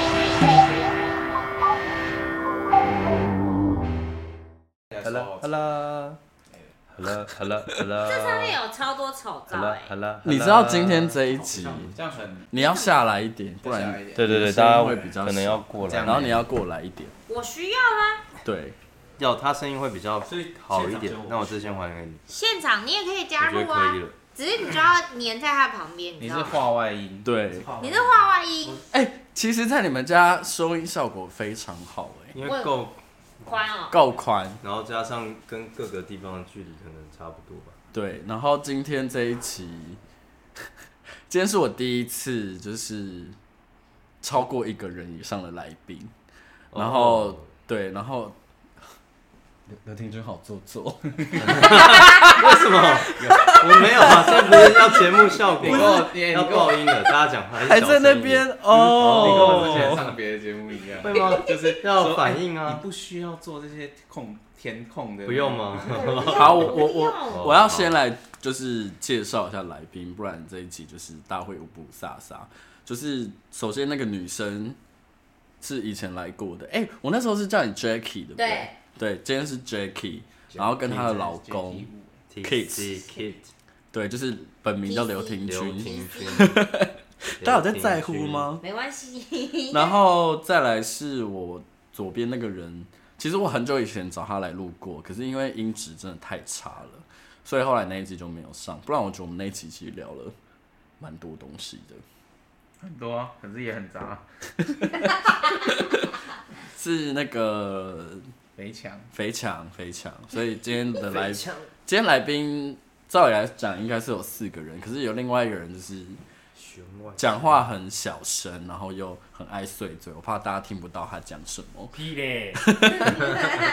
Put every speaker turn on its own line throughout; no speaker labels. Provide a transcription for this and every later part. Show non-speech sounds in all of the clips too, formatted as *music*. *laughs*
哎
好了好了，好了好了好了，
这上面有超多丑
好
照
了
哎、
好了，
你知道今天这一集
这样很
你要下来一点，不
下来
然
一点
对对对，
声音
大
会
家
比较
可能
小
要过
这
来，
样
然后你要过来一点，
我需要啊，
对，
要他声音会比较
所以
好一点
现场只有我，
那我之前还给你，
现场你也可以
我
加
觉得
入
可以
啊，
了。
只是你就要粘在他旁边，你
你
知
是
道吗？
话外音，
对，
你是画外音
哎、其实，在你们家收音效果非常好、哎，
因为够，
宽哦，
够宽，
然后加上跟各个地方的距离可能差不多吧。
对。然后今天这一期，今天是我第一次就是超过一个人以上的来宾，然后、
哦
对，然后
刘婷真好做
哦
作，
为什么？我没有啊，这不是要节目效果，
你跟我你
要爆音了，大家讲话
还
还
在那边
嗯你跟我
哦，
之前上别的节目一样，
会吗？
就是
要
说
反应
*laughs*
你
啊，
不需要做这些控填空的，
不用？吗？
好，我我
不
我
用
我要先来就是介绍一下来宾，不然这一集就是大会五步撒撒。就是首先那个女生是以前来过的，哎、我那时候是叫你 Jackie 对不对
对？
对，今天是 Jackie，然后跟她的老
*laughs*
公，Kids
Kid，
对，就是本名叫刘庭
刘
君，
庭君，
*laughs* 大家有在在乎吗？
没关系。
然后再来是我左边那个人，其实我很久以前找他来录过，可是因为音质真的太差了，所以后来那一集就没有上。不然我觉得我们那一集其实聊了蛮多东西的，
*laughs* 很多啊，可是也很杂，
是那个
围墙。
肥强肥强，所以今天 *laughs* 的来
刘庭君
今天来宾照理来讲应该是有四个人，可是有另外一个人就是
弦外
讲话很小声，然后又很爱碎嘴，我怕大家听不到他讲什么。
屁 *laughs* 嘞！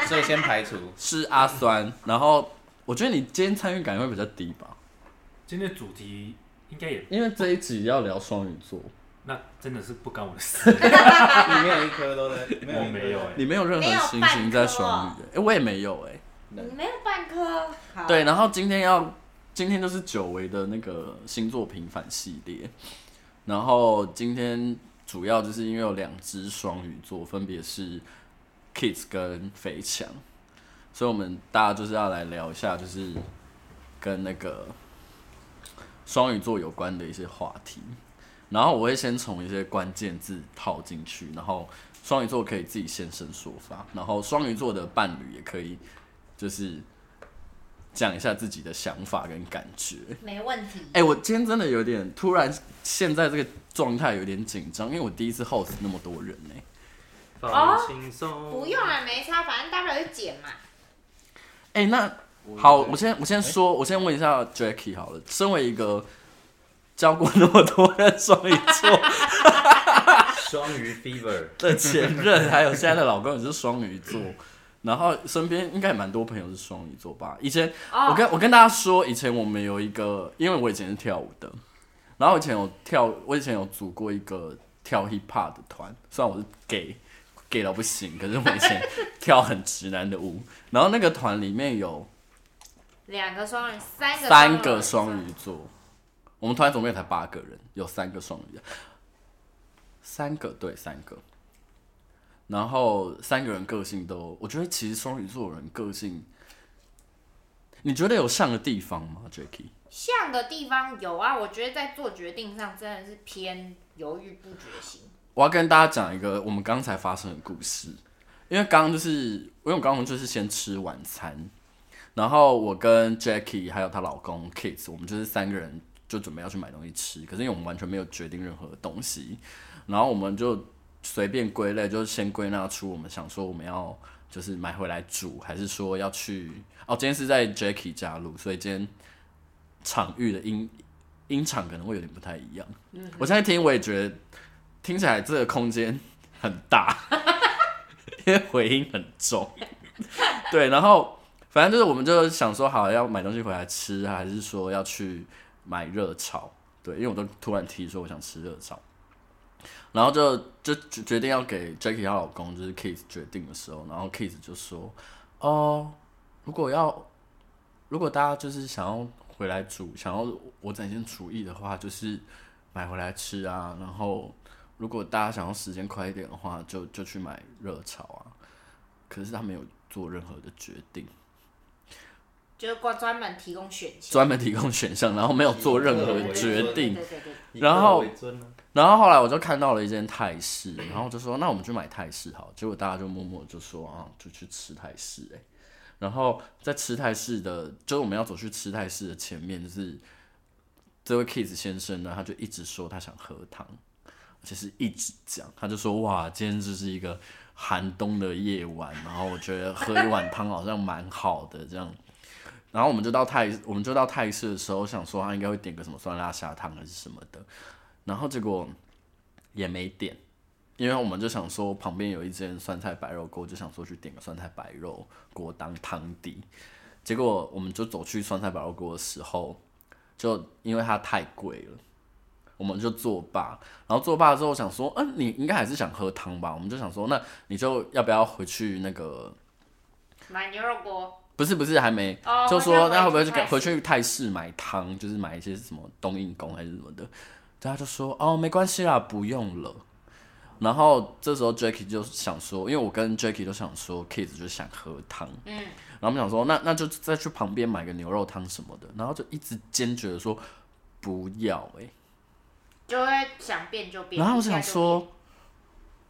所以先排除，
是阿酸，然后我觉得你今天参与感会比较低吧，
今天的主题应该也，
因为这一集要聊双鱼座，
那真的是不干我
*laughs*
的事，
*laughs* 里面有一颗都 *laughs* 在，
我没有哎、
你没有任何星星在双鱼、哎、我也没有哎、
你没有半颗，好，
对，然后今天要，今天就是久违的那个星座平反系列，然后今天主要就是因为有两只双鱼座，分别是 Kids 跟肥强，所以我们大家就是要来聊一下，就是跟那个双鱼座有关的一些话题。然后我会先从一些关键字套进去，然后双鱼座可以自己现身说法，然后双鱼座的伴侣也可以就是讲一下自己的想法跟感觉。
没问题。
哎、我今天真的有点突然，现在这个状态有点紧张，因为我第一次 host 那么多人呢、
放轻松，
啊不用啊了，没差，反正大不了就剪嘛。
哎、那好，我先我先说，我先问一下 Jackie 好了，身为一个教过那么多人双鱼座
双鱼
*laughs*
fever，
的前任，还有现在的老公也是双鱼座。然后身边应该也蛮多朋友是双鱼座吧？以前
哦
我跟我跟大家说，以前我们有一个，因为我以前是跳舞的，然后我以前有跳，我以前有组过一个跳 hip hop 的团，虽然我是 gay gay 到不行，可是我以前 *laughs* 跳很直男的舞，然后那个团里面有
两个双人，三个
三个双鱼座，我们团总共才八个人，有三个双鱼，三个对三个，然后三个人个性都，我觉得其实双鱼座的人个性，你觉得有像的地方吗，Jacky？
像的地方有啊，我觉得在做决定上真的是偏犹豫不决型。
我要跟大家讲一个我们刚才发生的故事，因为刚刚就是因为我刚刚就是先吃晚餐，然后我跟 Jackie 还有她老公 Kids，我们就是三个人就准备要去买东西吃，可是因为我们完全没有决定任何东西，然后我们就随便归类，就是先归纳出我们想说我们要就是买回来煮，还是说要去哦，今天是在 Jackie 家录，所以今天场域的音音场可能会有点不太一样。我现在听我也觉得。听起来这个空间很大，因为回音很重。对，然后反正就是我们就想说，好要买东西回来吃，还是说要去买热炒？对，因为我都突然提说我想吃热炒，然后就就决决定要给 Jackie 她老公就是 Kiss 决定的时候，然后 Kiss 就说：“哦，如果要如果大家就是想要回来煮，想要我展现厨艺的话，就是买回来吃啊，然后。”如果大家想要时间快一点的话，就就去买热炒啊。可是他没有做任何的决定，
就是专专门提供选项，
专门提供选项，然后没有做任何决定。
对对对对
然后
以客为尊啊
然后后来我就看到了一间泰式，然后就说那我们去买泰式好，结果大家就默默就说啊，就去吃泰式哎、然后在吃泰式的，就是我们要走去吃泰式的前面，就是这位 Kids 先生呢，他就一直说他想喝汤，而且是一直讲，他就说哇，今天就是一个寒冬的夜晚，然后我觉得喝一碗汤好像蛮好的这样。然后我们就到泰，我们就到泰式的时候，想说他应该会点个什么酸辣虾汤还是什么的，然后结果也没点，因为我们就想说旁边有一间酸菜白肉锅，就想说去点个酸菜白肉锅当汤底。结果我们就走去酸菜白肉锅的时候，就因为它太贵了，我们就作罢。然后作罢之后想说，嗯、你应该还是想喝汤吧？我们就想说，那你就要不要回去那个？
买牛肉锅，
不是不是，还没
哦
就说那
那
会不会
回
去
去泰式
给回去泰式买汤，就是买一些什么冬阴功还是什么的？大家就说哦，没关系啦，不用了。然后这时候 Jacky 就想说，因为我跟 Jacky 都想说，Kids 就想喝汤，
嗯，
然后我们想说，那那就再去旁边买个牛肉汤什么的，然后就一直坚决的说不要、欸，
就会想变就变。
然后我就
一下
想
就啊
说，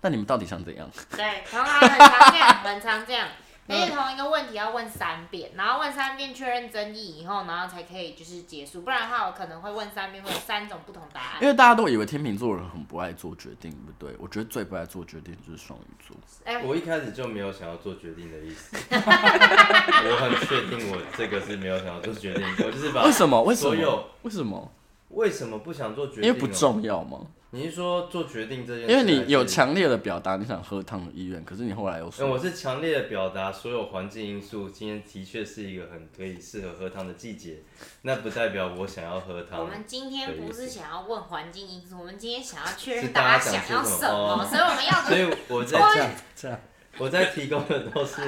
那你们到底想怎样？
变，对，然后他很常这样，很常这样。而且同一个问题要问三遍，然后问三遍确认争议以后，然后才可以就是结束，不然的话我可能会问三遍，会有三种不同答案
*laughs* 因。为大家都以为天秤座人很不爱做决定，对不对？我觉得最不爱做决定就是双鱼座。
哎、
我一开始就没有想要做决定的意
*laughs*
思，我很确定我这个是没有想要做决定，我就是把
为什么？为什
啊所
么
有？
为什么？
为什么不想做决定、哦
因为不。重要吗？
你是说做决定这件
因
事？
为你有
还是
强烈的表达你想喝汤的意愿，可是你后来又
嗯，
说，
我是强烈的表达，所有环境因素，今天的确是一个很可以适合喝汤的季节。那不代表我想要喝汤。
我们今天不是想要问环境因素，我们今天想要确
是
认
大
大
家
家
想
想要
吃什么
什么，
哦
所以我们
*laughs*
要
所
的
以我在
对
讲，
这样
我在提供的都是，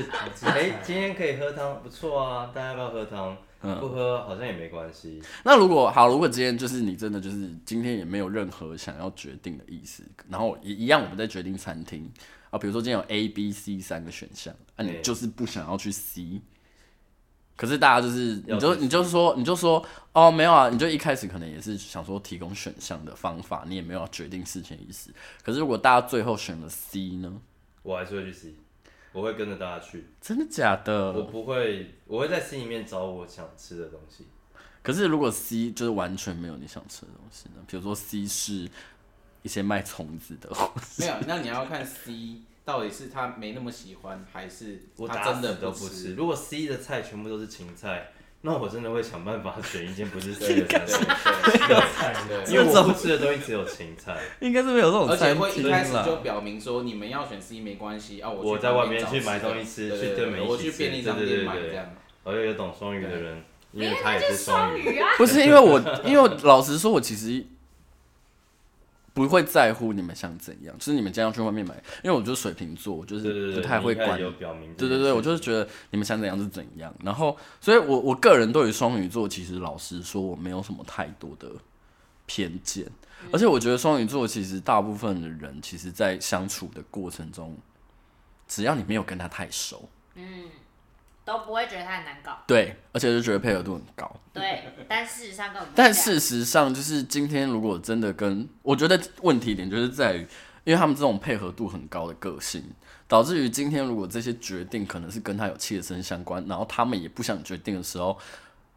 哎、今天可以喝汤，不错啊，大家要不要喝汤？不
嗯。
喝好像也没关系。
那如果好，如果今天就是你真的就是今天也没有任何想要决定的意思，然后一一样我们在决定餐厅啊，比如说今天有 A、B、C 三个选项，啊，你
对
就是不想要去 C。可是大家就是，
要
你就
去 C
你就说你就说哦没有啊，你就一开始可能也是想说提供选项的方法，你也没有要决定事情的意思。可是如果大家最后选了 C 呢？
我还是会去 C，我会跟着大家去，
真的假
我
的？
不会，我会在 C 里面找我想吃的东西。
可是如果 C 就是完全没有你想吃的东西呢？比如说 C 是一些卖虫子的，
没有，那你要看 C 到底是他没那么喜欢，还是
我
他
打
真
死
的
都
不
不吃。。如果 C 的菜全部都是芹菜，那我真的会想办法选一间不是
*laughs*
C 的
对 *laughs*
餐
对
厅，
对对
因为我不吃的东西只有芹菜。
*laughs* 应该是没有这种
而且
哦餐
会一
厅
开始就
啦。
表明说你们要选 C 没关系啊，
我
去
在
旁
外面
找
去买
吃的
东西吃
对
去
对
店
对
门
我
一
去
起
便
吃
利商
对对
店
对
买
对
这样。
而且有懂双语的
对
人，因
明
为
明
他
那
也
就是是
双
双
语。
鱼啊，
不是因为我， *laughs* 因为我老实说，我其实不会在乎你们想怎样，就是你们今天要去外面买，因为我就是水瓶座，我就
对对
是
对，
不太
你
会
一开始
管
有表明这件事情。
对对对，我就是觉得你们想怎样就怎样。然后，所以我我个人对于双鱼座，其实老实说，我没有什么太多的偏见。而且我觉得双鱼座其实大部分的人，其实在相处的过程中，只要你没有跟他太熟，
嗯，都不会觉得他很难搞。
对，而且就觉得配合度很高。
对，但事实上根本不是
但
这样
事实上，就是今天如果真的跟，我觉得问题点就是在于，因为他们这种配合度很高的个性，导致于今天如果这些决定可能是跟他有切身相关，然后他们也不想决定的时候，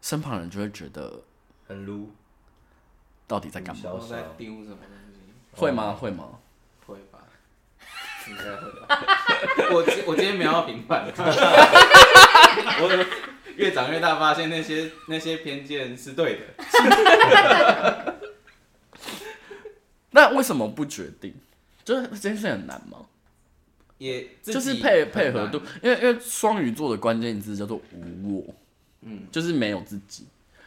身旁人就会觉得
很撸，
到底在干嘛？
小
我
小
在丢什么东西？
会吗？会吗？
会吧，应该会吧。
*laughs*
我今我今天没有要平反，我越长越大，发现那些那些偏见是对的。
那为什么不决定？就是这件事很难吗？
也自己
就是配
很
配合
难
度，因为因为双鱼座的关键字叫做无我，
嗯，
就是没有自己。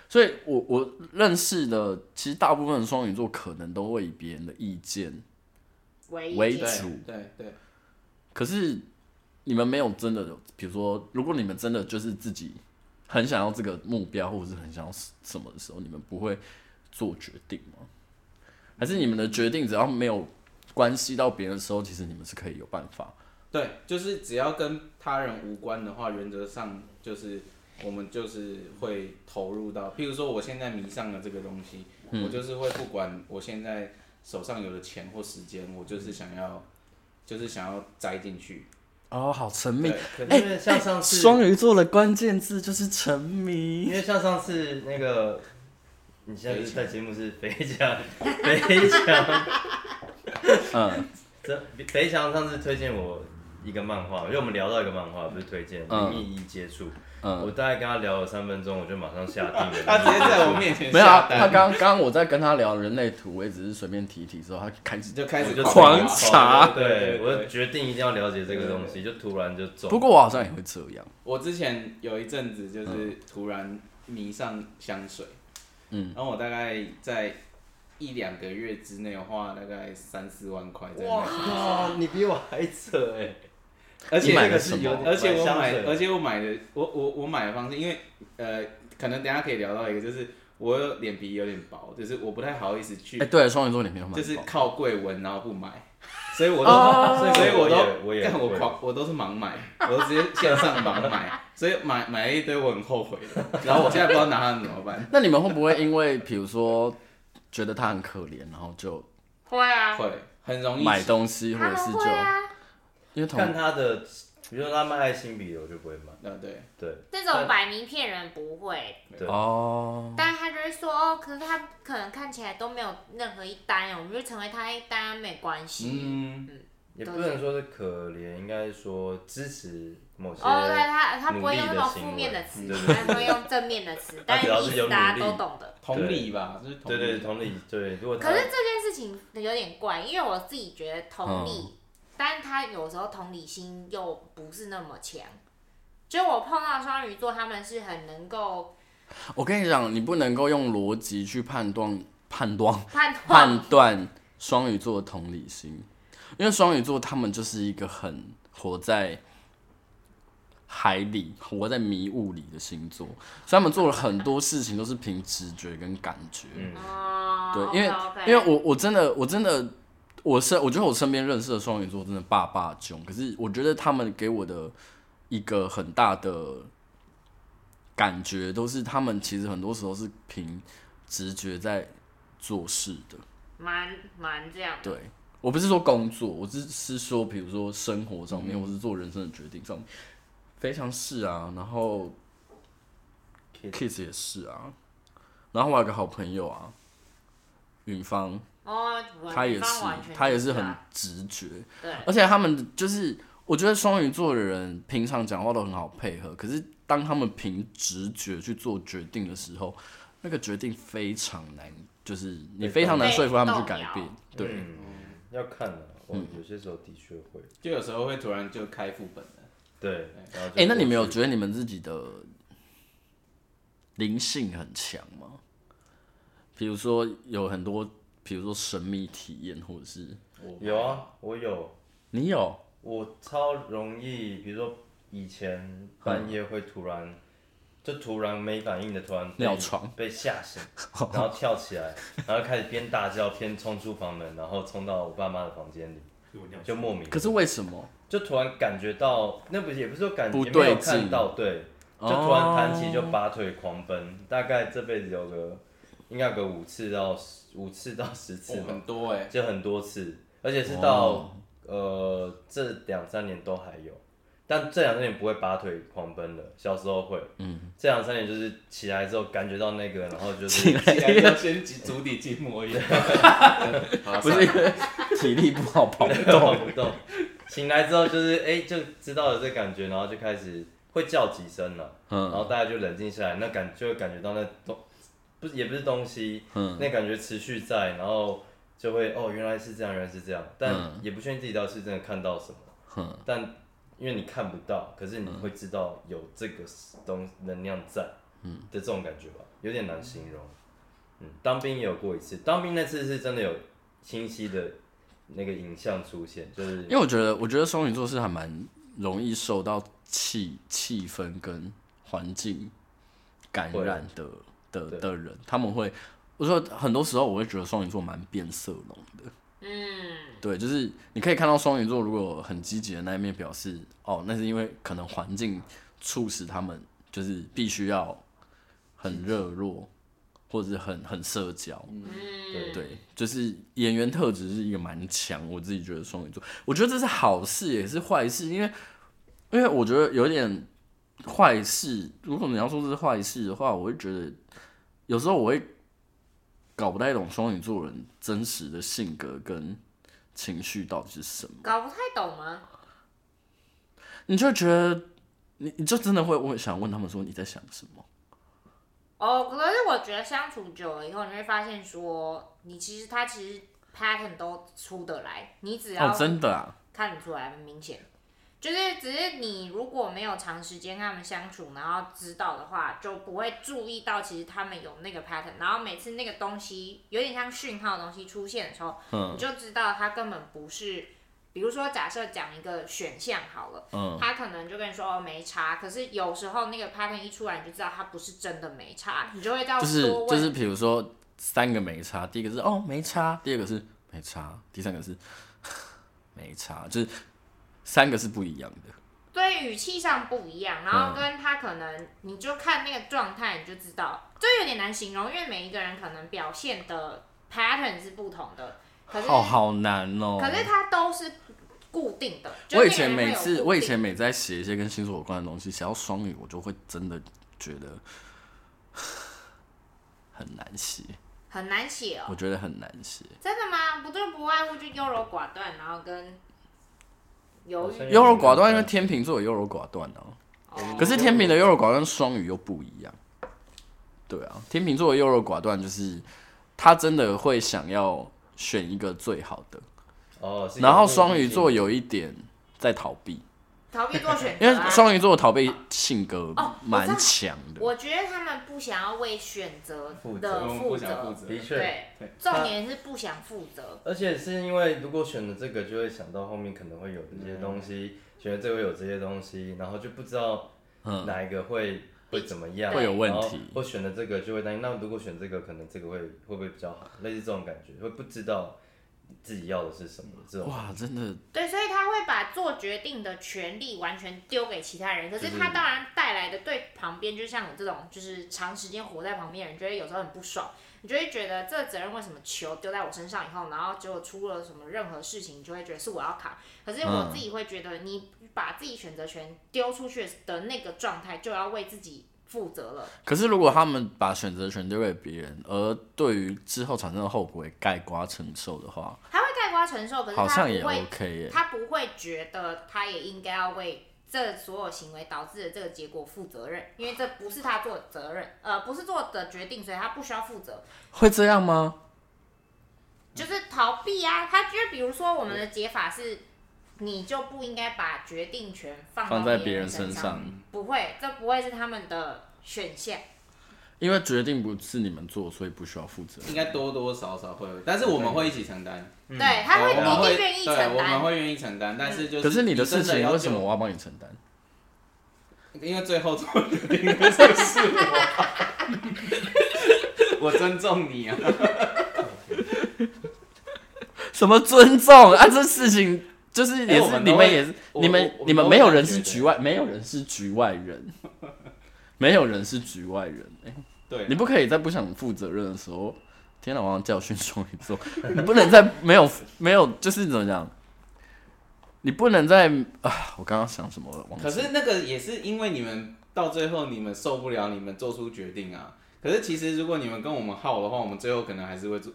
所以我我认识的，其实大部分的双鱼座可能都会以别人的意见
唯一
唯一
解
主
对对对，
可是你们没有真的有，比如说，如果你们真的就是自己很想要这个目标，或者是很想要什么的时候，你们不会做决定吗？还是你们的决定只要没有关系到别人的时候，其实你们是可以有办法
对，就是只要跟他人无关的话，原则上就是我们就是会投入到，譬如说我现在迷上了这个东西，
嗯
我就是会不管我现在手上有的钱或时间，我就是想要，就是想要栽进去。
哦，好沉迷
对，。可
因为像上次，
哎双鱼座的关键字就是沉迷
因。为像上次那个，你现在不是在节目是肥强，肥强，
嗯
*laughs* 这肥强上次推荐我一个漫画，因为我们聊到一个漫画，不是推荐《
嗯
灵异一接触》，我
嗯，
大概跟他聊了三分钟，我就马上下定了。
他直接在我面前
没有啊
下，
他
单，
刚刚刚我在跟他聊人类图，我也只是随便提一提之后，他开始。
就开
我
始
就
狂查
对，我就
对
决定一定要了解这个东西，就突然就中。
不过我好像也会这样。
我之前有一阵子就是突然迷上香水，
嗯，
然后我大概在一两个月之内，我花了大概三四万块在
哇
买，
靠， *laughs* 你比我还扯哎、
而
你
且
买
这
了
个
什
是
么
有点，
而且我买，而
且
且我买的，我我我买的方式，因为呃，可能等一下可以聊到一个，就是我有脸皮有点薄，就是我不太好意思去，
哎、对，双鱼座脸皮很薄
就是靠柜闻然后不买， *laughs* 所以我都，
哦
所以我都
我也我也
干我
会
狂，我都是盲买，我都直接线上盲买， *laughs* 所以买买了一堆我很后悔的，然后我现在不知道拿它怎么办，
*laughs* 那你们会不会因为比如说觉得他很可怜，然后就
会啊，
会很容易
买东西，或
他
者是
们
就
会啊，
因为同
看他的，比如说他卖爱心笔的，我就不会买。
呃对，
对
这种摆明骗人不会，
对，嗯
哦，
但他就会说哦，可是他可能看起来都没有任何一单，哦我们就成为他一单没关系。
嗯，
也不能说是可怜，应该说支持某些。
哦，对他他不会用那种
努力的行为
负面的
对对
词，
对
他
*laughs*
会用正面的词，但
他只要是
意思
有
大家
努力
都懂的。
同理吧，就是同
对
理，
对，同理对。如果他嗯
可是这件事情有点怪，因为我自己觉得同
嗯
理，但他有时候同理心又不是那么强。就我碰到双鱼座，他们是很能够
我跟你讲，你不能够用逻辑去判断判断
判断
判断双鱼座的同理心，因为双鱼座他们就是一个很活在海里、活在迷雾里的星座，所以他们做了很多事情都是凭直觉跟感觉。
嗯
哦，
对，因为
OK，OK
因为我我真的我真的我身我觉得我身边认识的双鱼座真的爸爸囧，可是我觉得他们给我的一个很大的感觉都是他们其实很多时候是凭直觉在做事的。
蛮蛮这样的，
对我不是说工作，我只是说比如说生活上面，或是做人生的决定上面，非常是啊，然后
Kids
kids 也是啊，然后我有个好朋友啊，允芳。
哦，我
他也
地方
是
完全，
他也
不
是
知道
很直觉，
对，
而且他们就是，我觉得双鱼座的人平常讲话都很好配合，可是当他们凭直觉去做决定的时候，那个决定非常难，就是你非常难说服他们去改变。对，嗯
嗯要看的，我有些时候的确会。
就有时候会突然就开副本了。
对，然后就
哎、那你们有
过去
觉得你们自己的灵性很强吗？比如说有很多，比如说神秘体验，或者是
有啊？我有，
你有
我超容易，比如说以前
嗯
半夜会突然，就突然没反应的，突然被
尿床
被吓醒，然后跳起来，然后开始边大叫边冲出房门，然后冲到我爸妈的房间里，
有尿
就莫名，
可是为什么？
就突然感觉到，那不也不是说感觉
不
也没有
对劲哦
看到，对，就突然弹起就拔腿狂奔，大概这辈子有个应该有个五次到十五次到十次
哦，
吧
很，多
*laughs*
哎、
就很多次，而且是
哦
到呃这两三年都还有，但这两三年不会拔腿狂奔了，小时候会，嗯，这两三年就是起来之后感觉到那个，然后就是
起来要先足底筋膜炎，好
不是 *laughs* 因为体力不好跑不动。
动不动，醒来之后就是哎、就知道了这感觉，然后就开始会叫几声了，然
嗯
后大家就冷静下来，那感就会感觉到那东不是也不是东西，
嗯
那感觉持续在，然后就会哦原来是这样，原来是这样，但
嗯
也不确定自己到底是真的看到什么。
嗯，
但因为你看不到，可是你会知道有这个东能量在，嗯的这种感觉吧，有点难形容。嗯，当兵也有过一次，当兵那次是真的有清晰的那个影像出现，就是
因为我觉得，我觉得双鱼座是还蛮容易受到气气氛跟环境感染的的
对
的人，他们会，我说很多时候我会觉得双鱼座蛮变色龙的，
嗯，
对，就是你可以看到双鱼座如果很积极的那一面，表示哦，那是因为可能环境促使他们就是必须要很热络，或者是很很社交。
嗯
对
嗯对，就是演员特质是一个蛮强，我自己觉得双鱼座，我觉得这是好事也是坏事，因为因为我觉得有点坏事，如果你要说这是坏事的话，我会觉得有时候我会搞不太懂双鱼座人真实的性格跟情绪到底是什么，
搞不太懂啊吗？
你就会觉得你你就真的会问想问他们说你在想什么，
哦，可是我觉得相处久了以后，你会发现说，你其实他其实 pattern 都出得来，你只要
哦，真的啊，
看得出来，很明显。就是只是你如果没有长时间跟他们相处，然后知道的话，就不会注意到其实他们有那个 pattern。然后每次那个东西有点像讯号的东西出现的时候，
嗯
你就知道它根本不是。比如说，假设讲一个选项好了，
嗯
他可能就跟你说哦没差，可是有时候那个 pattern 一出来，你就知道它不是真的没差，你就会到
就是
多问。
就是，比如说三个没差，第一个是哦没差，第二个是没差，第三个是 *laughs* 没差，就是三个是不一样的。
对语气上不一样，然后
嗯
跟他可能你就看那个状态，你就知道，这有点难形容，因为每一个人可能表现的 pattern 是不同的，可是、
哦，好难哦。
可是它都是固定的。就
我以
那个
前
人会
每
有
次，
固
我以
定
前每在写一些跟星座有关的东西，写到双语，我就会真的觉得 *sighs* 很难写，
很难写哦
我，觉得很难写。
真的吗？不就不外乎就优柔寡断，然后跟犹
好像
豫。
优柔寡断，因为天秤座有优柔寡断哦、
哦
可是天秤的优柔寡断，双鱼又不一样。对啊，天秤座的优柔寡断就是他真的会想要选一个最好的，
哦，是有
然后
目的
双鱼
性
座有一点在逃避，
逃避做选择、
因
啊，
为双鱼座的逃避性格
哦
蛮强的。
我觉得他们不想要为选择
负责
的
我们
负
不想负
责，
责，
的确，
对
对，
重点是不想负责。
而且是因为如果选了这个，就会想到后面可能会有这些东西，选了这个会有这些东西，然后就不知道
嗯，
哪一个会会怎么样，
会有问题
然后我选了这个就会担心，那如果选这个，可能这个会会不会比较好？类似这种感觉，会不知道自己要的是什么，这种
哇，真的
对，所以他会把做决定的权利完全丢给其他人，可是他当然带来的对旁边，就像我这种就是长时间活在旁边的人，觉得有时候很不爽，你就会觉得这责任为什么球丢在我身上以后，然后结果出了什么任何事情，你就会觉得是我要扛。可是我
嗯
自己会觉得，你把自己选择权丢出去的那个状态，就要为自己负责了。
可是如果他们把选择权丢给别人，而对于之后产生的后果也盖瓜承受的话，
他会盖瓜承受，可是
好
他
像也
不会
OK 耶、
他不会觉得他也应该要为这所有行为导致的这个结果负责任，因为这不是他做的责任，呃，不是做的决定，所以他不需要负责，
会这样吗？
就是逃避啊。他就是比如说我们的解法是，你就不应该把决定权放到
放在
别
别人
身
身上，
不会，这不会是他们的选项。
因为决定不是你们做，所以不需要负责。
应该多多少少会有，但是我们会一起承担，
对，他会
哦我们嗯会
一定愿意承
对，我们
担。嗯
会愿意承担，但是就是
可是你的事
真
情
要
为什么
就
我要帮你承担？
因为最后做决定的就是我， *laughs* 我尊重你啊。
什么尊重啊？这事情就是
哎
也是、
我们
你
都
们
会
也是
我
你们
我我
你们
都
没有
会
人
这
是
样觉
局
得
外没有人是局外人，没有人是局外人。哎
对，
你不可以在不想负责任的时候，天哪，我要教训双鱼座，你不能在没有没有就是怎么讲，你不能在啊，我刚刚想什么了？忘
可
记了
是那个也是因为你们到最后你们受不了，你们做出决定啊。可是其实如果你们跟我们耗的话，我们最后可能还是会做，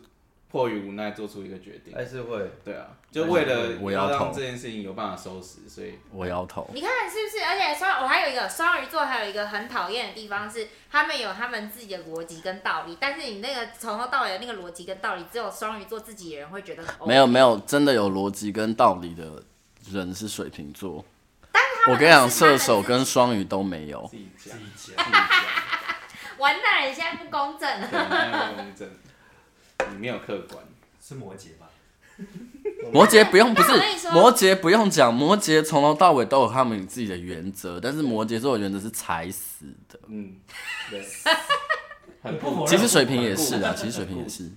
迫于无奈做出一个决定。
还是会
对啊，就为了
我
要
摇头
让这件事情有办法收拾，所以
我摇头，
你看是不是？而且双我还有一个双鱼座，还有一个很讨厌的地方是，他们有他们自己的逻辑跟道理，但是你那个从头到尾的那个逻辑跟道理，只有双鱼座自己人会觉得很哦 OK
*laughs* 没有没，有，真的有逻辑跟道理的人是水瓶座，
他
我
们
跟你讲，
是他们
射手跟双鱼都没有。
自己讲
*laughs*
自。己讲。
自己讲
完蛋了，你现在不公正了。
对，没有公正，你没有客观。
是摩羯吧？
摩羯
啊
不用，不是
那我跟你说
摩羯不用讲，摩羯从头到尾都有他们自己的原则，但是摩羯座的原则是踩死的。
嗯， *laughs* 对，很
不
不
否认
其实水瓶也是啊，其实水瓶也是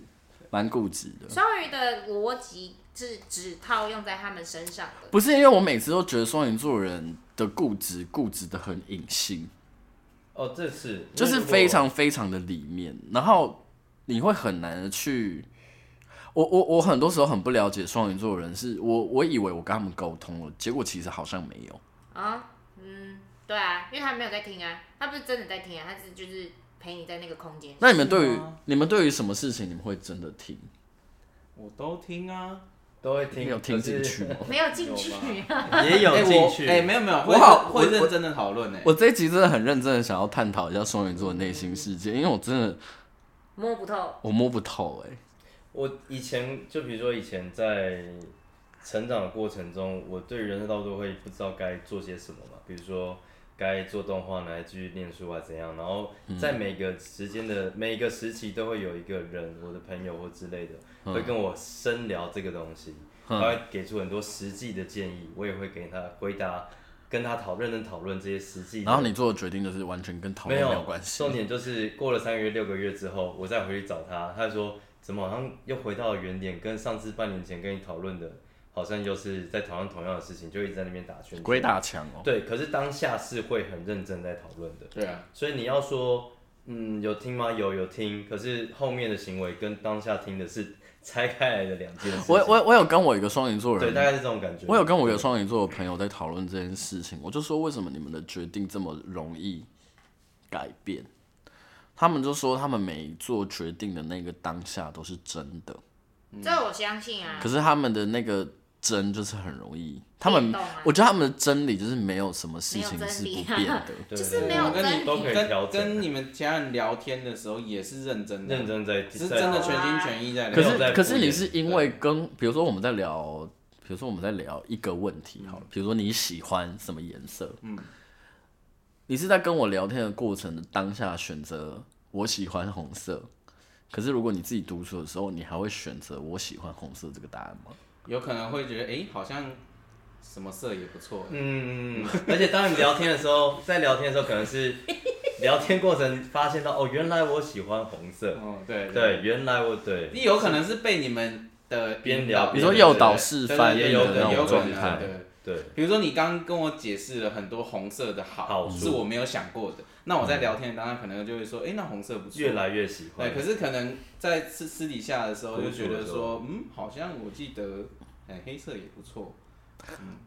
蛮固执的。
双鱼的逻辑是只套用在他们身上的。
不是因为我每次都觉得双鱼座人的固执固执的很隐性，
哦，这是
就是非常非常的里面，然后你会很难的去。我我我很多时候很不了解双鱼座的人是，我我以为我跟他们沟通了，结果其实好像没有。
啊，嗯，对啊，因为他没有在听啊，他不是真的在听啊，他是就是陪你在那个空间。
那你们对于
是吗
你们对于什么事情你们会真的听？
我都听啊。
都会
你
听，
有听
可是
进去吗？
没有进去，啊
也
*laughs*
有
哎
进
我
去，
哎，没有没有，会
我好
会
我
认真的讨论哎。
*laughs* 我这一集真的很认真的想要探讨一下双鱼座的内心世界，因为我真的
摸不透。
我摸不透哎、
我以前就比如说以前在成长的过程中，我对人生道路会不知道该做些什么嘛，比如说该做动画，来继续念书啊怎样，然后在每个时间的、
嗯
每一个时期都会有一个人，我的朋友或之类的，
嗯
会跟我深聊这个东西，他会给出很多实际的建议，我也会给他回答，跟他讨认真讨论这些实际的。
然后你做的决定就是完全跟讨
没
论
有
没有关系。
重点就是过了三个月、六个月之后，我再回去找他，他说怎么好像又回到原点，跟上次半年前跟你讨论的，好像又是在讨论同样的事情，就一直在那边打圈圈。
鬼打墙哦，
对，可是当下是会很认真在讨论的，
对啊，
所以你要说，嗯，有听吗？有有听，可是后面的行为跟当下听的是 *laughs* 拆开来的两件事情。
我我我有跟我一个双鱼座
对，大
人，
概是这种感觉。
我有跟我一个双鱼座的朋友在讨论这件事情，我就说为什么你们的决定这么容易改变？他们就说他们每做决定的那个当下都是真的，
这我相信啊
嗯可。是他们的那个真就是很容易，他
变
们
动啊
我觉得他们的真理就是没有什么事情
没有
是
真理
不
啊
变的。
对
就是
对
没有
对
跟你
都可以调
跟
整
跟你们家人聊天的时候也是认真的，啊
认真在
是
在
真的
讨
全心全意在
*laughs*
聊。
可
没有在
是可
敷
是
衍
你是因为跟，比如说我们在聊，比如说我们在聊一个问题好了，比如说你喜欢什么颜色，嗯，你是在跟我聊天的过程的当下选择我喜欢红色，可是如果你自己读书的时候，你还会选择我喜欢红色这个答案吗？
有可能会觉得，哎、好像什么色也不错。
嗯，而且当你聊天的时候，在聊天的时候可
*laughs*
能是聊天过程发现到哦，原来我喜欢红色，
哦，对，
对，原来我对，
你有可能是被你们的
边
引
聊
导
边
你
对
说
对
诱
对
导
对
式
对
翻
对
译
有
的
可
对
能，
那
有
种
可
状
能啊
态，
对。
对，
比如说你刚刚跟我解释了很多红色的好，
好处
是我没有想过的。那我在聊天的当中可能就会说，哎、那红色不错。
越来越喜欢
对，。可是可能在私私底下的时候
独
就
处
觉得
的时
说，嗯，好像我记得，哎、黑色也不错。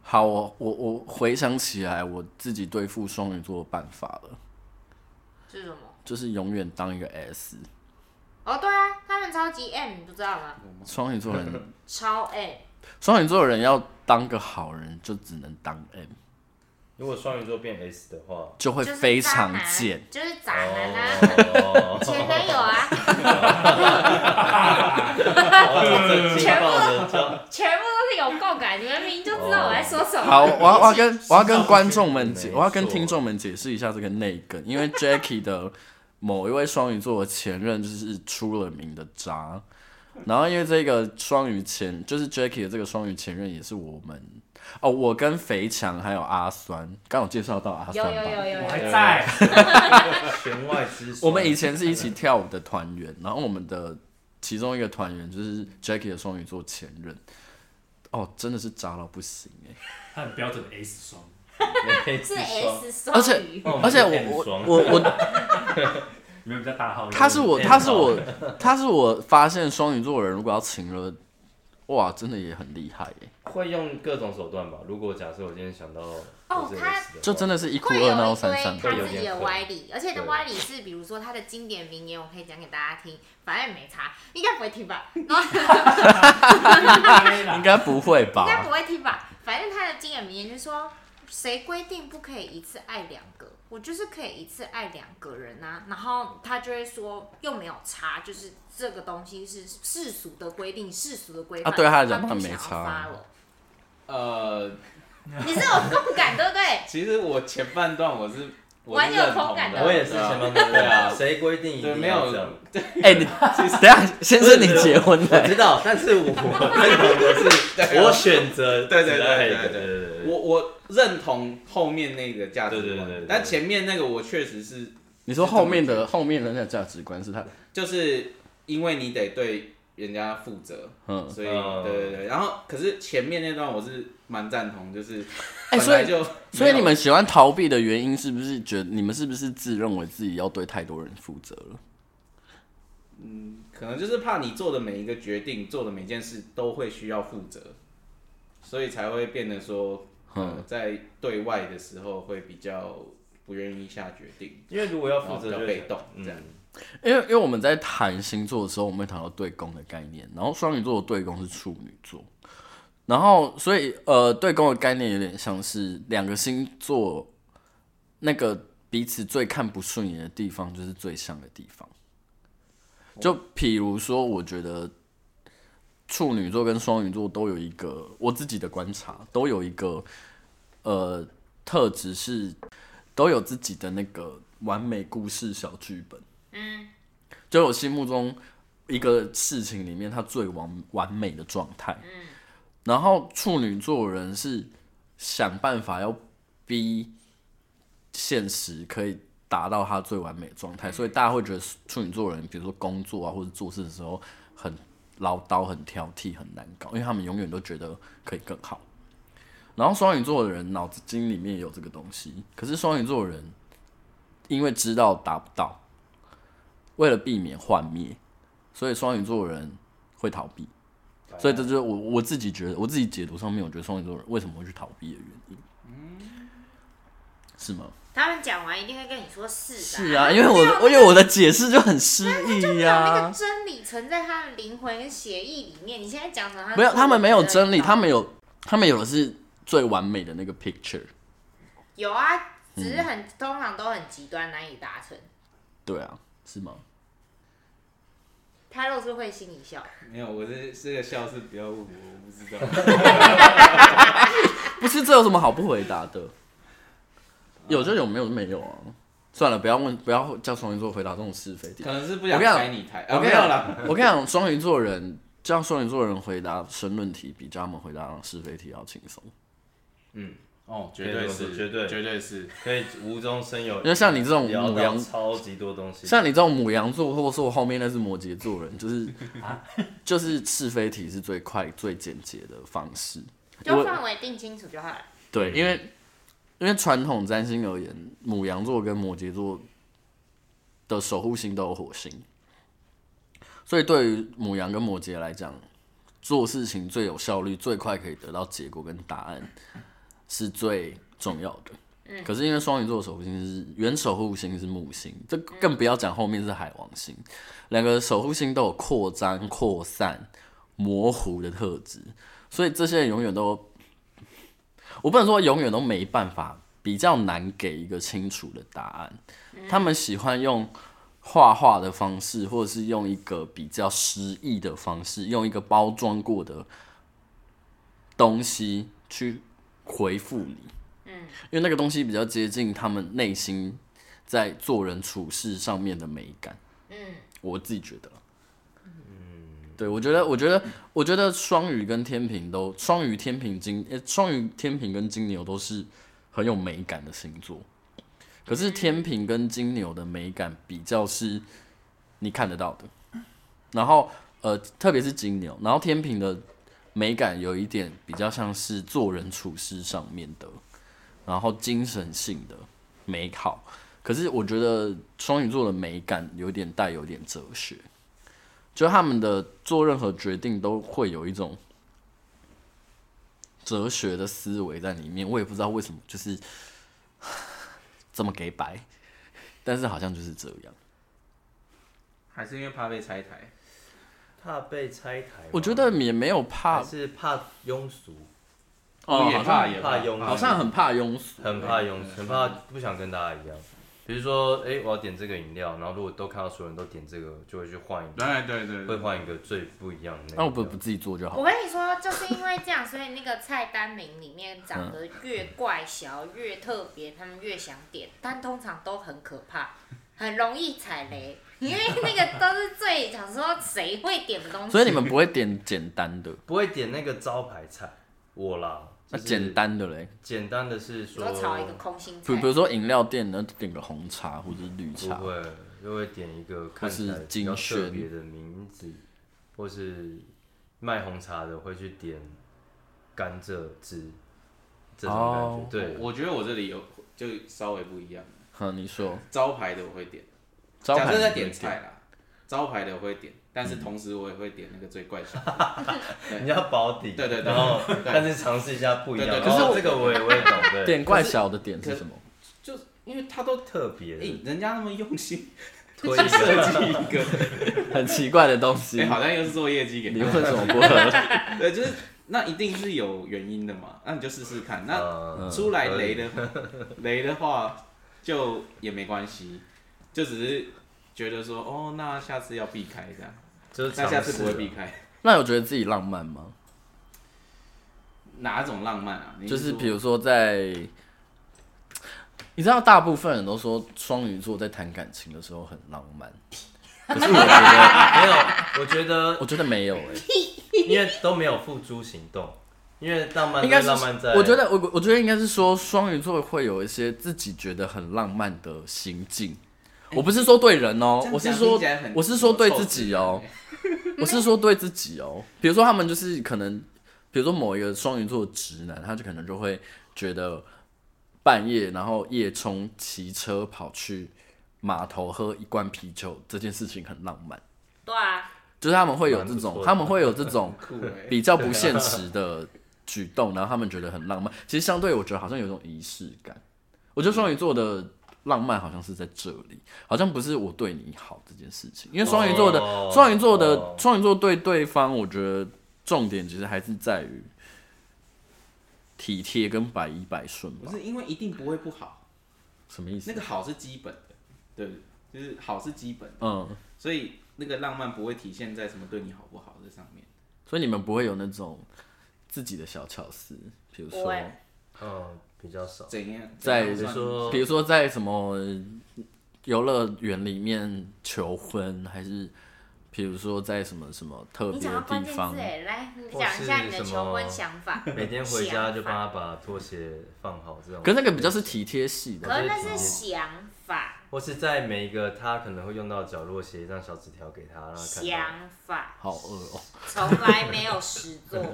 好，我我我回想起来我自己对付双鱼座的办法了，
是什么？
就是永远当一个 S，
哦，对啊，他们超级 M，你不知道吗？
双鱼座人 *laughs*
超 M，
双鱼座的人要当个好人，就只能当 M，
如果双鱼座变 S 的话，
就会
就是
非
渣
常
男
贱。，
就是渣男啊，
哦，
*laughs* 前男友啊，
哦这劲
全部
爆的叫
全部都是有共感，你们明明就知道我在说什么。
好，我要我要跟我要跟观众们解，
没
我要跟
错
听众们解释一下这个内梗，因
*laughs*
为 Jackie 的某一位双鱼座的前任就是出了名的渣，然后因为这个双鱼前就是 Jackie 的这个双鱼前任也是我们哦，我跟肥强还有阿酸，刚有介绍到阿
有
酸
有有
吧，
有
我
有
还
有，
在，
弦外之
我们
*laughs*
以前是一起跳舞的团员，然后我们的其中一个团员就是 Jackie 的双鱼座前任，哦，真的是渣到不行哎、
他很标准的 S 双，
是
是
S
而
双
且
鱼，
哦
哦
而且我我我我
你们比较大号一点。
他是我，
嗯
他
*laughs*
是我，他是我发现双鱼座的人如果要情了，哇，真的也很厉害耶，
会用各种手段吧。如果假设我今天想到
哦
我是 S 的话，
就真的是一哭
会
二
有
闹
一
三
堆
上
他
吊。
有
自己
点
的
可
歪理，而且的
对
歪理是，比如说他的经典名言，我可以讲给大家听，反正也没差，应该不会听吧？ *laughs* 然后
应该不会
应该
吧
不？会听吧？反正他的经典名言就是说，谁规定不可以一次爱两个？我就是可以一次爱两个人啊。然后他就会说，又没有差，就是这个东西是世俗的规定，世俗的规范。
啊对他来讲
不
当然
想
没
要
差啊
follow
呃，
你是有共感对不对？
其实我前半段我是我
蛮
是
有
认
同
同
感的
的，
我也是
对啊
前面对
对
啊，
啊
谁规定一
对，
定
没
要
有
这样？
哎，
*laughs*
你等一下，先生，你
不是
结婚
我
了？
知道，但是我认同的是，我选择
对对对
只爱一个
对
对
对
对对
啊
对，
我我认同后面那个价值观，
对对对对
但前面那个我确实是，
你说后面的后面的那个价值观是他
就是因为你得对人家负责，
嗯，
所以
嗯
对对对。然后可是前面那段我是蛮赞同，就是
哎
本来就
所以
没
你
有
们喜欢逃避的原因是不是觉得你们是不是自认为自己要对太多人负责了？
可能就是怕你做的每一个决定、做的每件事都会需要负责，所以才会变得说，
嗯
呃，在对外的时候会比较不愿意下决定，
因为如果要负责
然后比较
就会
被动
嗯
这样。
因为因为我们在谈星座的时候，我们会谈到对宫的概念，然后双鱼座的对宫是处女座，然后所以呃，对宫的概念有点像是两个星座那个彼此最看不顺眼的地方，就是最像的地方。就比如说，我觉得处女座跟双鱼座都有一个我自己的观察，都有一个呃特质是都有自己的那个完美故事小剧本。
嗯
就我心目中一个事情里面它最完完美的状态。然后处女座的人是想办法要逼现实可以达到他最完美的状态，所以大家会觉得处女座人，比如说工作啊或者做事的时候很唠叨、很挑剔、很难搞，因为他们永远都觉得可以更好。然后双鱼座的人脑子筋里面也有这个东西，可是双鱼座的人因为知道达不到，为了避免幻灭，所以双鱼座的人会逃避。所以这就是我我自己觉得，我自己解读上面，我觉得双鱼座人为什么会去逃避的原因。是吗？
他们讲完一定会跟你说是的，
是啊，因为我的，因为我的解释就很失意
有那
呀
个。真理存在他的灵魂跟协议里面。你现在讲什么？
没有，他们没有真理，他
们
们有，他们有的是最完美的那个 picture。
有啊，只
嗯
是很、通常都很极端，难以达成。
对啊，是吗？
他露出会心一笑，
没有，我是这个笑是不要问我，我不知道。
*laughs* 不是，这有什么好不回答的？有就有，没有就没有啊。算了，不要问，不要叫双鱼座回答这种是非题
可。能是不想
我跟你讲
开你台啊，
我
没
跟你
有
讲
啦。
我跟你讲，双鱼座人，这样双鱼座人回答申论题比叫他们回答是非题要轻松，
哦，绝
对
对
我
是，
绝对
绝对是。
可以无中生有，
因为像你这种
聊
母
到
羊，
超级多东西，
像你这种母羊座，或者说我后面那是摩羯座人，就是啊 *laughs* 就是是非题是最快最简洁的方式。
就
我
范围定清楚就好了。
对，因为因为传统占星而言，母羊座跟摩羯座的守护星都有火星，所以对于母羊跟摩羯来讲，做事情最有效率、最快可以得到结果跟答案是最重要的。可是因为双鱼座的守护星是原守护星是木星，这更不要讲后面是海王星，两个守护星都有扩张、扩散、模糊的特质，所以这些人永远都我不能说永远都没办法，比较难给一个清楚的答案。他们喜欢用画画的方式，或者是用一个比较诗意的方式，用一个包装过的东西去回复你。嗯，因为那个东西比较接近他们内心在做人处事上面的美感。嗯，我自己觉得。对，我觉得，我觉得，我觉得双鱼跟天平都，双鱼、天平、金，呃，双鱼、天平跟金牛都是很有美感的星座。可是天平跟金牛的美感比较是你看得到的，然后呃，特别是金牛，然后天平的美感有一点比较像是做人处事上面的，然后精神性的美好。可是我觉得双鱼座的美感有点带有点哲学，就他们的做任何决定都会有一种哲学的思维在里面。我也不知道为什么，就是 *sighs* 这么给白，但是好像就是这样。
还是因为怕被拆台，
怕被拆台吗，
我觉得也没有怕
还，是怕庸俗，
哦，
也
好
怕
像
也
哦怕庸俗
好像很怕庸俗，
很怕庸俗，嗯很怕不想跟大家一样。比如说，哎、我要点这个饮料，然后如果都看到所有人都点这个，就会去换一个，
对对对
会
对，
换一个最不一样的那个。
那我哦不不自己做就好
我。跟你说，就是因为这样，所以那个菜单名里面长得越怪小、越特别，他们越想点，但通常都很可
*laughs*
怕，很容易踩雷，因为那个都是最想说谁会点的东西。
*laughs* 所以你们不会点简单的，
不会点那个招牌菜，我啦，
那
就是
简单的嘞，
简单的是
你
说
说炒一个空心
比
菜
比，如说饮料店呢，点个红茶或者是绿
不
茶，
会，就会点一个看起来比
或是
较
金萱
特别的名字，或是卖红茶的会去点甘蔗汁这种感觉。
哦
对，
我觉得我这里有就稍微不一样，
好，你说
招牌的我会点，
招牌
假
你
设在
会嗯
点菜啦，招牌的我会点，但是同时我也会点那个最怪小的，
你要保底，
对对对
然后
对
但是尝试一下不一样。
对对
对
哦
可是我
这个我也我也懂，对，
点怪小的点
可
是
是
什么？
就是因为他都
特别
诶
的，
人家那么用心
推
去
一
设
个
计一个，
很奇怪的东西
哎，，好像又是做业绩给
你
他，
为什么不
*laughs*
喝？
对，就是那一定是有原因的嘛，那你就试试看，那
哦
嗯
出来雷的
*laughs*
雷的话，就也没关系，就只是觉得说，哦，那下次要避开这样，
就是
那
尝
下次
试
不会避
啊。
开。
那有觉得自己浪漫吗？
哪种浪漫啊？你
就是
说
比如说在，你知道大部分人都说双鱼座在谈感情的时候很浪漫，可是我觉
没有，我觉得
得我觉得没有
*laughs*
哎、
因为都没有付诸行动，因为浪漫
应该
在
是
浪漫在，
我觉得我我觉得应该是说双鱼座会有一些自己觉得很浪漫的心境。我不是说对人哦、
哎这样
我是
讲
说
听起来很
我是说对自己哦、我是说对自己哦、比如说他们就是可能，比如说某一个双鱼座直男，他就可能就会觉得半夜然后夜冲骑车跑去码头喝一罐啤酒这件事情很浪漫，
对啊，
就是他们会有
蛮
这
不
种
错的啊
他们会有这
*laughs*
种
很酷
*laughs*
哎、
比较不现实的举动，然后他们觉得很浪漫。其实相对我觉得好像有一种仪式感。我觉得双鱼座的浪漫好像是在这里，好像不是我对你好这件事情。因为双鱼座的
哦
双鱼座的
哦
双鱼座对对方，我觉得重点其实还是在于体贴跟百依百顺
不
吧。
是因为一定不会不好，
什么意
那
思
个？好是基本的，对不对？就是好是基本的，
嗯，
所以那个浪漫不会体现在什么对你好不好这上面。
所以你们不会有那种自己的小巧思，比如
不
说
会。
嗯比较少。
怎样？
在
怎样算
比如说
比如说在什么游乐园里面求婚，还是比如说在什么什么特
你
别
讲到
的
关
地
键
方
字，哎，来你
或
讲一下
是
你的
什
求婚
么
想法。
每天回家就
想法
帮他把拖鞋放好，这种。
可是那个比较是体贴系的，
可是那
我
是
觉得
想法，
或是在每一个他可能会用到的角落写一张小纸条给他，让他看到。
想法，
好饿哦。
从来没有实
*laughs*
做过。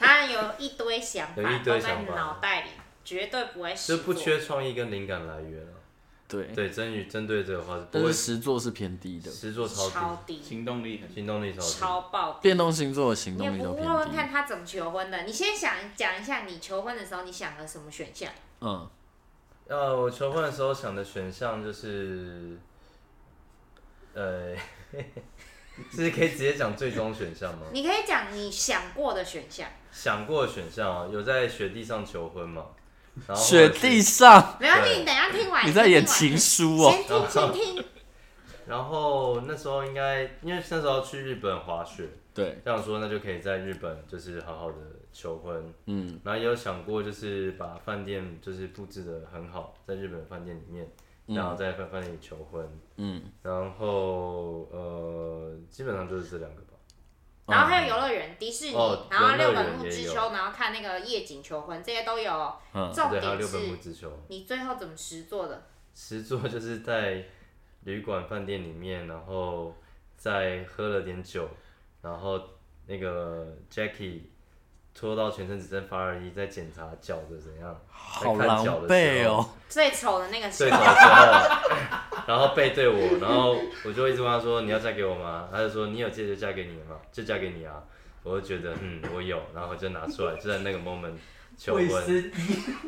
他有一堆想
有
法
一
都
堆
在
想法
脑袋里，绝对不会
就
实
不
做。
缺创意跟灵感来源了、
对，
对，真与针对这个话是不
但
会
是实座是偏低的，
实做
超
超
低，
行动力很
低，行动力超低。
超爆低。
变动星座的行
你也
动力都
不
偏
问问看
低。
他怎么求婚的？你先想讲一下你求婚的时候你想了什么选项？
嗯，
呃，我求婚的时候想的选项就是，呃， *laughs* 是可以直接讲最终选项吗？
你可以讲你想过的选项，
想过的选项啊，有在雪地上求婚嘛？然后或
哦雪
者是
地上，
没关系，
对
你等一下听
哎
完。
你在演
听完
情书哦。
先听先
*laughs*
听，
然后那时候应该，因为那时候去日本滑雪，
对，
这样说那就可以在日本就是好好的求婚，
嗯，
然后也有想过就是把饭店就是布置的很好，在日本饭店里面，然后在饭饭店里求婚，
嗯，
然后呃，基本上就是这两个吧。
然后还有游乐园、迪士尼，
哦
然后六
游乐
本
园
木
也
之丘，
有
然后看那个夜景求婚，这些都有。
嗯
重
对，还有
点
六本木之
是
丘，
你最后怎么实做的？
实作就是在旅馆饭店里面，然后再喝了点酒，然后那个 Jackie 拖到全身只剩发热衣，在检查脚的怎样，
好
在
狼
看脚的
狈
时候
哦。
最丑的那个
睡着
是
之后，然后背对我，然后我就一直问他说：“你要嫁给我吗？”他就说：“你有戒指就嫁给你了嘛，就嫁给你啊。”我就觉得嗯，我有，然后就拿出来，就在那个 moment 求婚，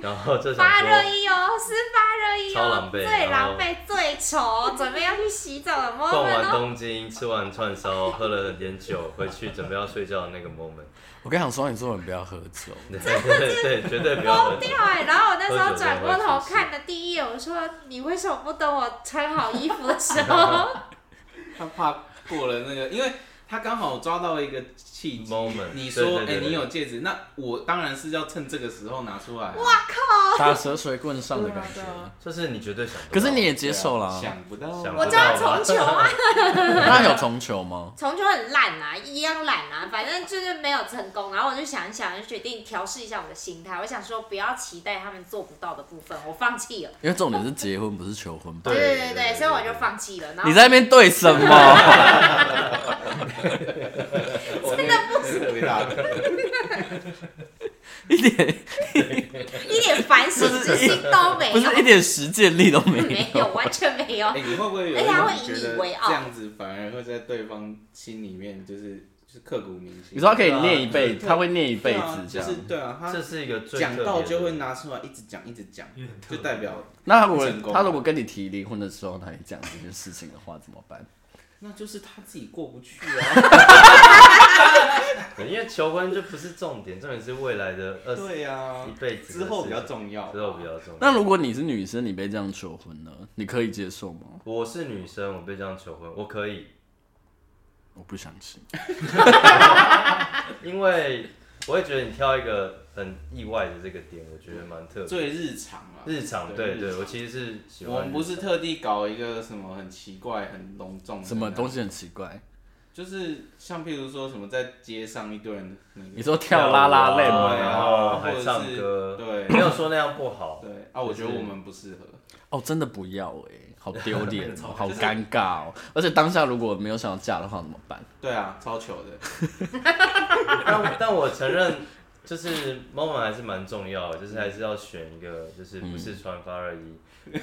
然后就想
发热
说，
衣哦，是发热衣
超
哦，
狼狈
最
然后
狼狈、最丑，准备要去洗澡的
逛
moment
完
哦。
东京，吃完串烧，喝了点酒，回去准备要睡觉的那个 moment，
我跟你讲，双鱼座人不要喝 *laughs* 酒，
对对对，绝对不要喝酒
掉哎、然后我那时候
喝酒
转
会
过头
出事
看的第一眼，我说你为什么不等我穿好衣服的时候？
*laughs*
他怕过了那个，因为他刚好抓到一个契机。
moment。
你说，哎、
对对对
你有戒指，那我当然是要趁这个时候拿出来啊。
打蛇随棍上的感觉。
就是你绝对想不
可
到，
是你也接受了啊，
*laughs* 想不到，
想不
我就要重球啊，
那有重球吗？
重球很烂啊，一样烂啊，反正就是没有成功。然后我就想一想，就决定调试一下我的心态。我想说，不要期待他们做不到的部分，我放弃了。
因为重点是结婚，
*laughs*
不
啊
是求婚吧？
对
对对对，
对
所以我就放弃了。然
*laughs*
后
你在那边对什么？
真的不是伟大的，
一点
一点反省之心都没
不
有，
是一点实践力都没
没有，完全没有
哎、。你会不会有一
哦而且他会
种
引
觉
以
得
为哦傲
这样子反而会在对方心里面就是就是刻骨铭心？
你说他可以
对啊
念一辈子，
对
他会念一辈
对
子
啊，就
这样
是。对啊，
这
他
是一个最
讲
特
到
别
就
的嗯
会拿出来一直讲一直讲，
*laughs* 因为很特
就
别
代表
那如
成功
果他如果跟你提离婚的时候，他也讲这件事情的话，怎么办？
那就是他自己过不去
*laughs*
啊。
对因为求婚就不是重点，重点是未来的二十
对啊
一，辈子的
之后比较
事情
重要。
之后比较重要。
那如果你是女生，你被这样求婚呢，你可以接受吗？
我是女生，我被这样求婚，我可以，
我不相信。
因为我会觉得你挑一个很意外的这个点，我觉得蛮特别。
最日常啊，
日常，对
日
对，
常
我其实是喜欢日常。
我们不是特地搞一个什么很奇怪、很隆重的
什么
那
东，西很奇怪？
就是像譬如说什么在街上一堆人那个，
你说嗯跳拉拉
累
链
舞
嘛，
啊
然
吗？
后
或者
还
是
唱歌，
对
呃没有说那样不好。
对啊，我觉得
就是
我们不适合。
哦，真的不要哎、好丢 *laughs* 脸哦，好尴尬哦。而且当下如果没有想要嫁的话，怎么办？
对啊，超糗的。
但但我承认，就是 moment 还是蛮重要的，就是还是要选一个，就是不是穿发热衣，但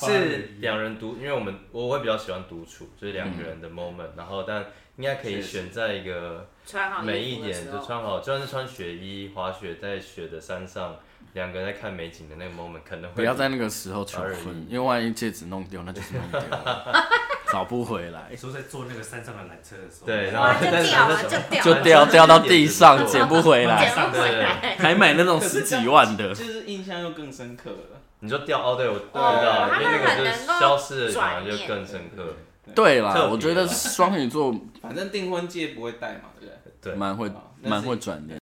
就是是两人独，因为我们我会比较喜欢独处，就是两个
嗯
人的 moment，然后但应该可以
确实
选在一个
穿好
美
衣
一
服的
点，
时
就
候，
穿好，就算是穿雪衣滑雪在雪的山上，两个人在看美景的那个 moment 可能会
不要在那个时候求
而已
婚，因为万一戒指弄丢，那就是弄丢了， *laughs* 找不回来 *laughs*
你，哎说在坐那个山上的缆车的时候，
对，然
哇，
后
就
但是
掉了，
那
就
时候
掉
就
了，
掉掉到地上， *laughs* 捡不回来，
捡不回来。
还买那种十几万 *laughs* 的。
就是印象又更深刻了。
你就掉哦，对，我知
哦
道，因为那个就是消失的感觉就更深刻。
对
特别
啦，
啦
我觉得双鱼座
反正订婚戒不会戴嘛，对不对？
对
蛮会
哦那是
蛮会转念